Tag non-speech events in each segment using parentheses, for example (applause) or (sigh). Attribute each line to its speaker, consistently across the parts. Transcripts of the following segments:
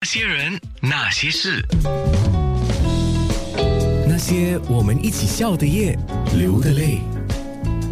Speaker 1: 那些人，那些事，
Speaker 2: 那些我们一起笑的夜，流的泪。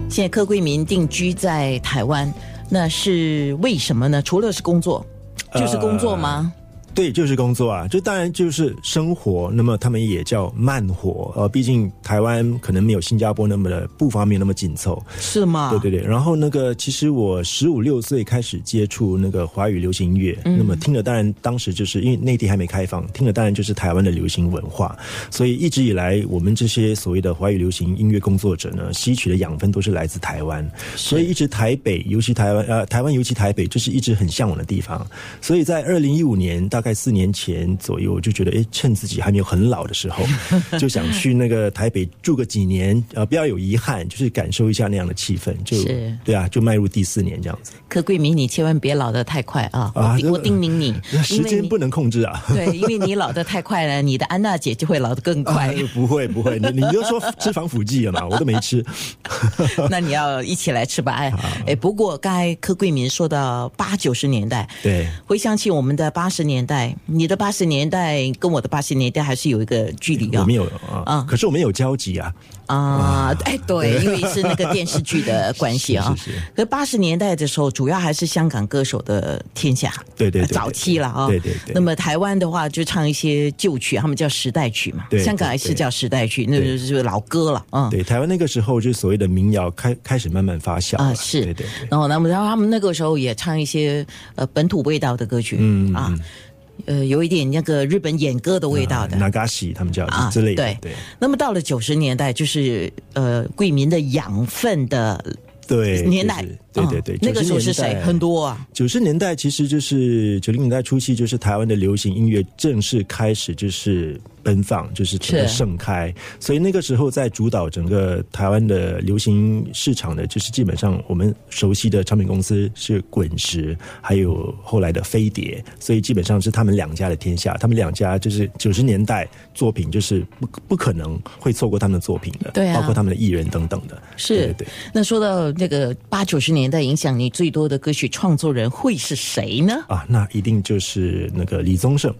Speaker 3: 现在柯桂明定居在台湾，那是为什么呢？除了是工作，
Speaker 4: 呃
Speaker 3: 就是工作吗？
Speaker 4: 对，就是工作啊，这当然就是生活。那么他们也叫慢活，呃，毕竟台湾可能没有新加坡那么的步伐没有那么紧凑。
Speaker 3: 是吗？
Speaker 4: 对对对，然后那个其实我十五六岁开始接触那个华语流行音乐，那么听了当然当时就是因为内地还没开放，听了当然就是台湾的流行文化，所以一直以来我们这些所谓的华语流行音乐工作者呢，吸取的养分都是来自台湾，所以一直台北，尤其台湾呃台湾尤其台北，这是一直很向往的地方，所以在二零一五年大概四年前左右，我就觉得哎，趁自己还没有很老的时候，就想去那个台北住个几年，呃，不要有遗憾，就是感受一下那样的气氛，就是对啊，就迈入第四年这样子
Speaker 3: 柯桂明，你千万别老得太快啊！
Speaker 4: 啊
Speaker 3: 我
Speaker 4: 这
Speaker 3: 叮
Speaker 4: 个
Speaker 3: 我叮咛
Speaker 4: (laughs)
Speaker 3: 你，
Speaker 4: 时
Speaker 3: 因为
Speaker 4: 间
Speaker 3: 你
Speaker 4: 不能控制啊。
Speaker 3: (laughs) 对，因为你老得太快了，你的安娜姐就会老得更
Speaker 4: (laughs)
Speaker 3: 快。
Speaker 4: 不会不会，你你就说吃防腐剂了嘛，我都没吃。
Speaker 3: 那你要一起来吃吧？哎，
Speaker 4: 啊
Speaker 3: 哎，不过刚才柯桂明说到八九十年代，
Speaker 4: 对
Speaker 3: 回想起我们的八十年代，你的八十年代跟我的八十年代还是有一个距离啊。
Speaker 4: 我们有
Speaker 3: 啊
Speaker 4: 啊，可是我们有交集啊。
Speaker 3: 啊，哎，对，因为是那个电视剧的关系啊。
Speaker 4: (laughs) 是是是
Speaker 3: 可八十年代的时候，主要还是香港歌手的天下，
Speaker 4: 对对对对
Speaker 3: 早期了啊。
Speaker 4: 对对对
Speaker 3: 那么台湾的话，就唱一些旧曲，他们叫时代曲嘛。
Speaker 4: 对对
Speaker 3: 香港也是叫时代曲，那
Speaker 4: 对
Speaker 3: 就是老歌了啊。
Speaker 4: 对，台湾那个时候就是所谓的民谣开开始慢慢发酵
Speaker 3: 啊、
Speaker 4: 了
Speaker 3: 是，
Speaker 4: 对对对
Speaker 3: 然后那么，然后他们那个时候也唱一些呃本土味道的歌曲，
Speaker 4: 嗯嗯
Speaker 3: 啊，呃，有一点那个日本演歌的味道的。
Speaker 4: ，Nagashi 他们叫
Speaker 3: 啊
Speaker 4: 之类的
Speaker 3: 对，
Speaker 4: 对
Speaker 3: 那么到了九十年代，就是呃，桂民的养分的
Speaker 4: 对
Speaker 3: 年代，
Speaker 4: 就是对对对
Speaker 3: 嗯，那个时候是
Speaker 4: 90年
Speaker 3: 谁？
Speaker 4: 代
Speaker 3: 很多啊，
Speaker 4: 九十年代其实就是九零年代初期，就是台湾的流行音乐正式开始就是奔放，就是整个
Speaker 3: 是
Speaker 4: 盛开。所以那个时候在主导整个台湾的流行市场的，就是基本上我们熟悉的唱片公司是滚石，还有后来的飞碟，所以基本上是他们两家的天下。他们两家就是九十年代作品，就是不不可能会错过他们的作品的，
Speaker 3: 对啊
Speaker 4: 包括他们的艺人等等的，
Speaker 3: 是。
Speaker 4: 对对对。
Speaker 3: 那说到那个八九十年代影响你最多的歌曲创作人会是谁呢？
Speaker 4: 啊，那一定就是那个李宗盛。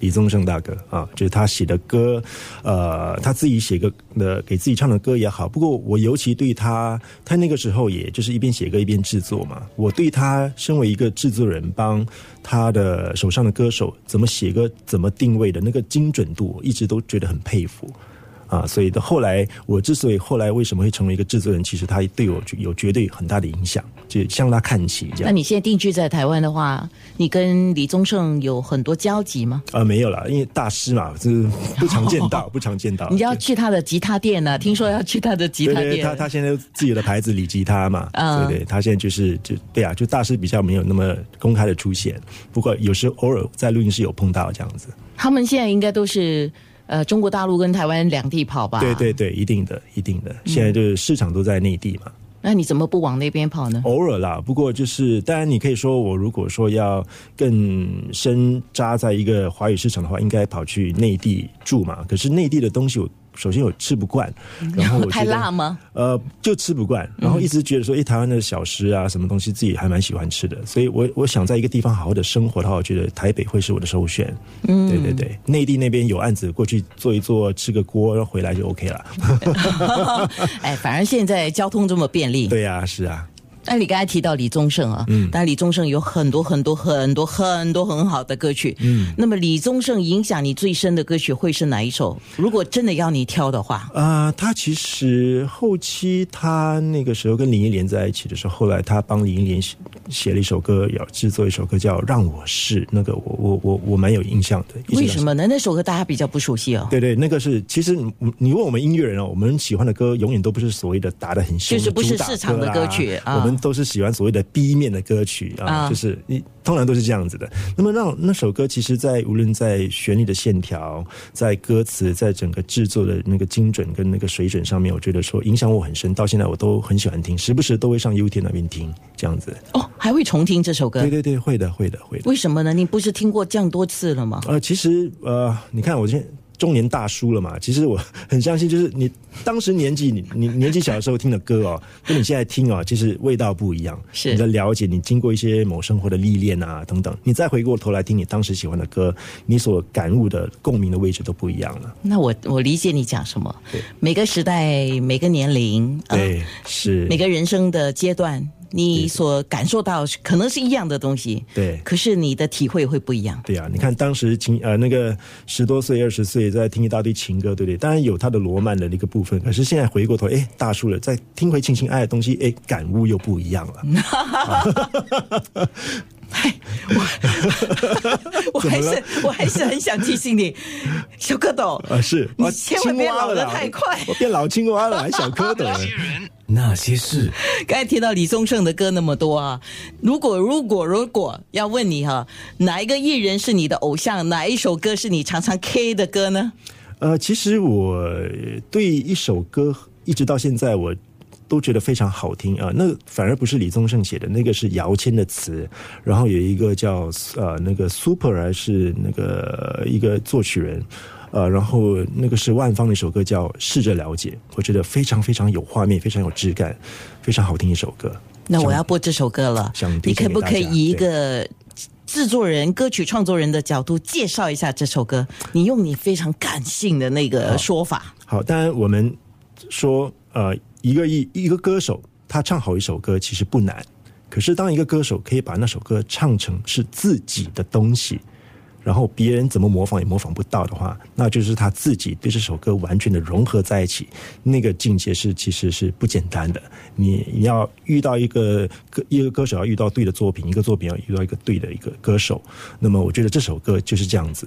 Speaker 4: 李宗盛大哥啊，就是他写的歌，呃，他自己写歌的，给自己唱的歌也好。不过我尤其对他，他那个时候也就是一边写歌一边制作嘛。我对他身为一个制作人，帮他的手上的歌手怎么写歌、怎么定位的那个精准度，我一直都觉得很佩服啊。所以到后来，我之所以后来为什么会成为一个制作人，其实他对我有绝对很大的影响，就向他看齐这样
Speaker 3: 那。你现在定居在台湾的话，你跟李宗盛有很多交集吗？
Speaker 4: 啊，没有啦，因为大师嘛，就是不常见
Speaker 3: (laughs)
Speaker 4: 到，不常见到。
Speaker 3: 你要
Speaker 4: 啊对
Speaker 3: 去他的吉他店呢、听说要去他的吉
Speaker 4: 对
Speaker 3: 他
Speaker 4: 对，
Speaker 3: 店。
Speaker 4: 他他现在有自己的牌子理吉他嘛，
Speaker 3: (laughs) 嗯
Speaker 4: 对对，他现在就是就对啊，就大师比较没有那么公开的出现，不过有时偶尔在录音室有碰到这样子。
Speaker 3: 他们现在应该都是呃中国大陆跟台湾两地跑吧？
Speaker 4: 对。对对，一定的，一
Speaker 3: 嗯
Speaker 4: 定的。现在就是市场都在内地嘛，
Speaker 3: 那你怎么不往那边跑呢？
Speaker 4: 偶尔啦，不过就是，当然你可以说，我如果说要更深扎在一个华语市场的话，应该跑去内地住嘛。可是内地的东西我，首先我吃不惯，然后我
Speaker 3: 嗯
Speaker 4: 觉得
Speaker 3: 太辣吗？ (laughs)
Speaker 4: 呃，就吃不惯，然
Speaker 3: 嗯
Speaker 4: 后一直觉得说，诶，台湾的小吃啊，什么东西自己还蛮喜欢吃的，所以我我想在一个地方好好的生活的话，我觉得台北会是我的首选。嗯，对对对，内地那边有案子，过去做一做，吃个锅，然后回来就 OK 了。 (laughs)
Speaker 3: 哎，反正现在交通这么便利。
Speaker 4: 对啊，是啊。
Speaker 3: 那你刚才提到李宗盛啊，嗯，但李宗盛有很多很多很多很多很好的歌曲，嗯，那么李宗盛影响你最深的歌曲会是哪一首？如果真的要你挑的话，
Speaker 4: 啊，他其实后期他那个时候跟林忆莲在一起的时候，后来他帮林忆莲写写了一首歌，要制作一首歌叫《让我试》，那个我我我我蛮有印象的。一直到
Speaker 3: 为什么呢？那首歌大家比较不熟悉哦，
Speaker 4: 对对，那个是其实你你问我们音乐人哦，我们喜欢的歌永远都不是所谓的打的很凶，
Speaker 3: 就是不是
Speaker 4: 主打
Speaker 3: 市场的
Speaker 4: 啦
Speaker 3: 歌曲啊
Speaker 4: 我们都是喜欢所谓的 B 面的歌曲啊，
Speaker 3: 啊
Speaker 4: 就是你通常都是这样子的。那么让那首歌其实在无论在旋律的线条、在歌词、在整个制作的那个精准跟那个水准上面，我觉得说影响我很深，到现在我都很喜欢听，时不时都会上 U 天那边听这样子。
Speaker 3: 哦，还会重听这首歌
Speaker 4: 对，对对，会的，会的，会的。
Speaker 3: 为什么呢？你不是听过这样多次了吗？
Speaker 4: 呃，其实呃，你看我现中年大叔了嘛，其实我 (laughs) 很相信，就是你当时年纪，你你年纪小的时候听的歌哦，跟你现在听哦，其实味道不一样。
Speaker 3: 是
Speaker 4: 你的了解，你经过一些某生活的历练啊等等，你再回过头来听你当时喜欢的歌，你所感悟的共鸣的位置都不一样了。
Speaker 3: 那我我理解你讲什么。每个时代、每个年龄，呃
Speaker 4: 对，是
Speaker 3: 每个人生的阶段，你所感受到是可能是一样的东西，
Speaker 4: 对
Speaker 3: 可是你的体会会不一样。
Speaker 4: 对啊，你看当时情呃那个十多岁、二十岁在听一大堆情歌，对不对？当然有它的罗曼的那个部分，可是现在回过头，哎，大叔了，再听回情情爱爱的东西，哎，感悟又不一样了。
Speaker 3: (laughs) 我还
Speaker 4: 怎么
Speaker 3: 是我还是很想提醒你， (laughs) 小蝌蚪
Speaker 4: 啊，是，
Speaker 3: 你
Speaker 4: 啊
Speaker 3: 千万
Speaker 4: 青
Speaker 3: 别
Speaker 4: 蛙
Speaker 3: 老
Speaker 4: 了
Speaker 3: 得
Speaker 4: 啦
Speaker 3: 太快。
Speaker 4: 我变老青蛙了，还小蝌
Speaker 1: 那
Speaker 4: 蚪欸
Speaker 2: (laughs)
Speaker 4: 了。
Speaker 1: 些人，
Speaker 2: 那些事，
Speaker 3: 刚才提到李宗盛的歌那么多啊，如果如果如果要问你哈、哪一个艺人是你的偶像？哪一首歌是你常常 K 的歌呢？
Speaker 4: 呃，其实我对一首歌一直到现在我。都觉得非常好听啊、那反而不是李宗盛写的，那个是姚谦的词，然后有一个叫呃那个 Super 还是那个一个作曲人，呃，然后那个是万芳的一首歌叫《试着了解》，我觉得非常非常有画面，非常有质感，非常好听一首歌。
Speaker 3: 那我要播这首歌了
Speaker 4: 想，
Speaker 3: 你
Speaker 4: 推荐
Speaker 3: 可
Speaker 4: 给
Speaker 3: 不
Speaker 4: 大
Speaker 3: 可以
Speaker 4: 家
Speaker 3: 以一个制作人、歌曲创作人的角度介绍一下这首歌？你用你非常感性的那个说法，
Speaker 4: 好，当然我们说，呃，一个一一个歌手他唱好一首歌其实不难，可是当一个歌手可以把那首歌唱成是自己的东西，然后别人怎么模仿也模仿不到的话，那就是他自己对这首歌完全的融合在一起，那个境界是其实是不简单的。你你要遇到一个歌一个歌手要遇到对的作品，一个作品要遇到一个对的一个歌手，那么我觉得这首歌就是这样子，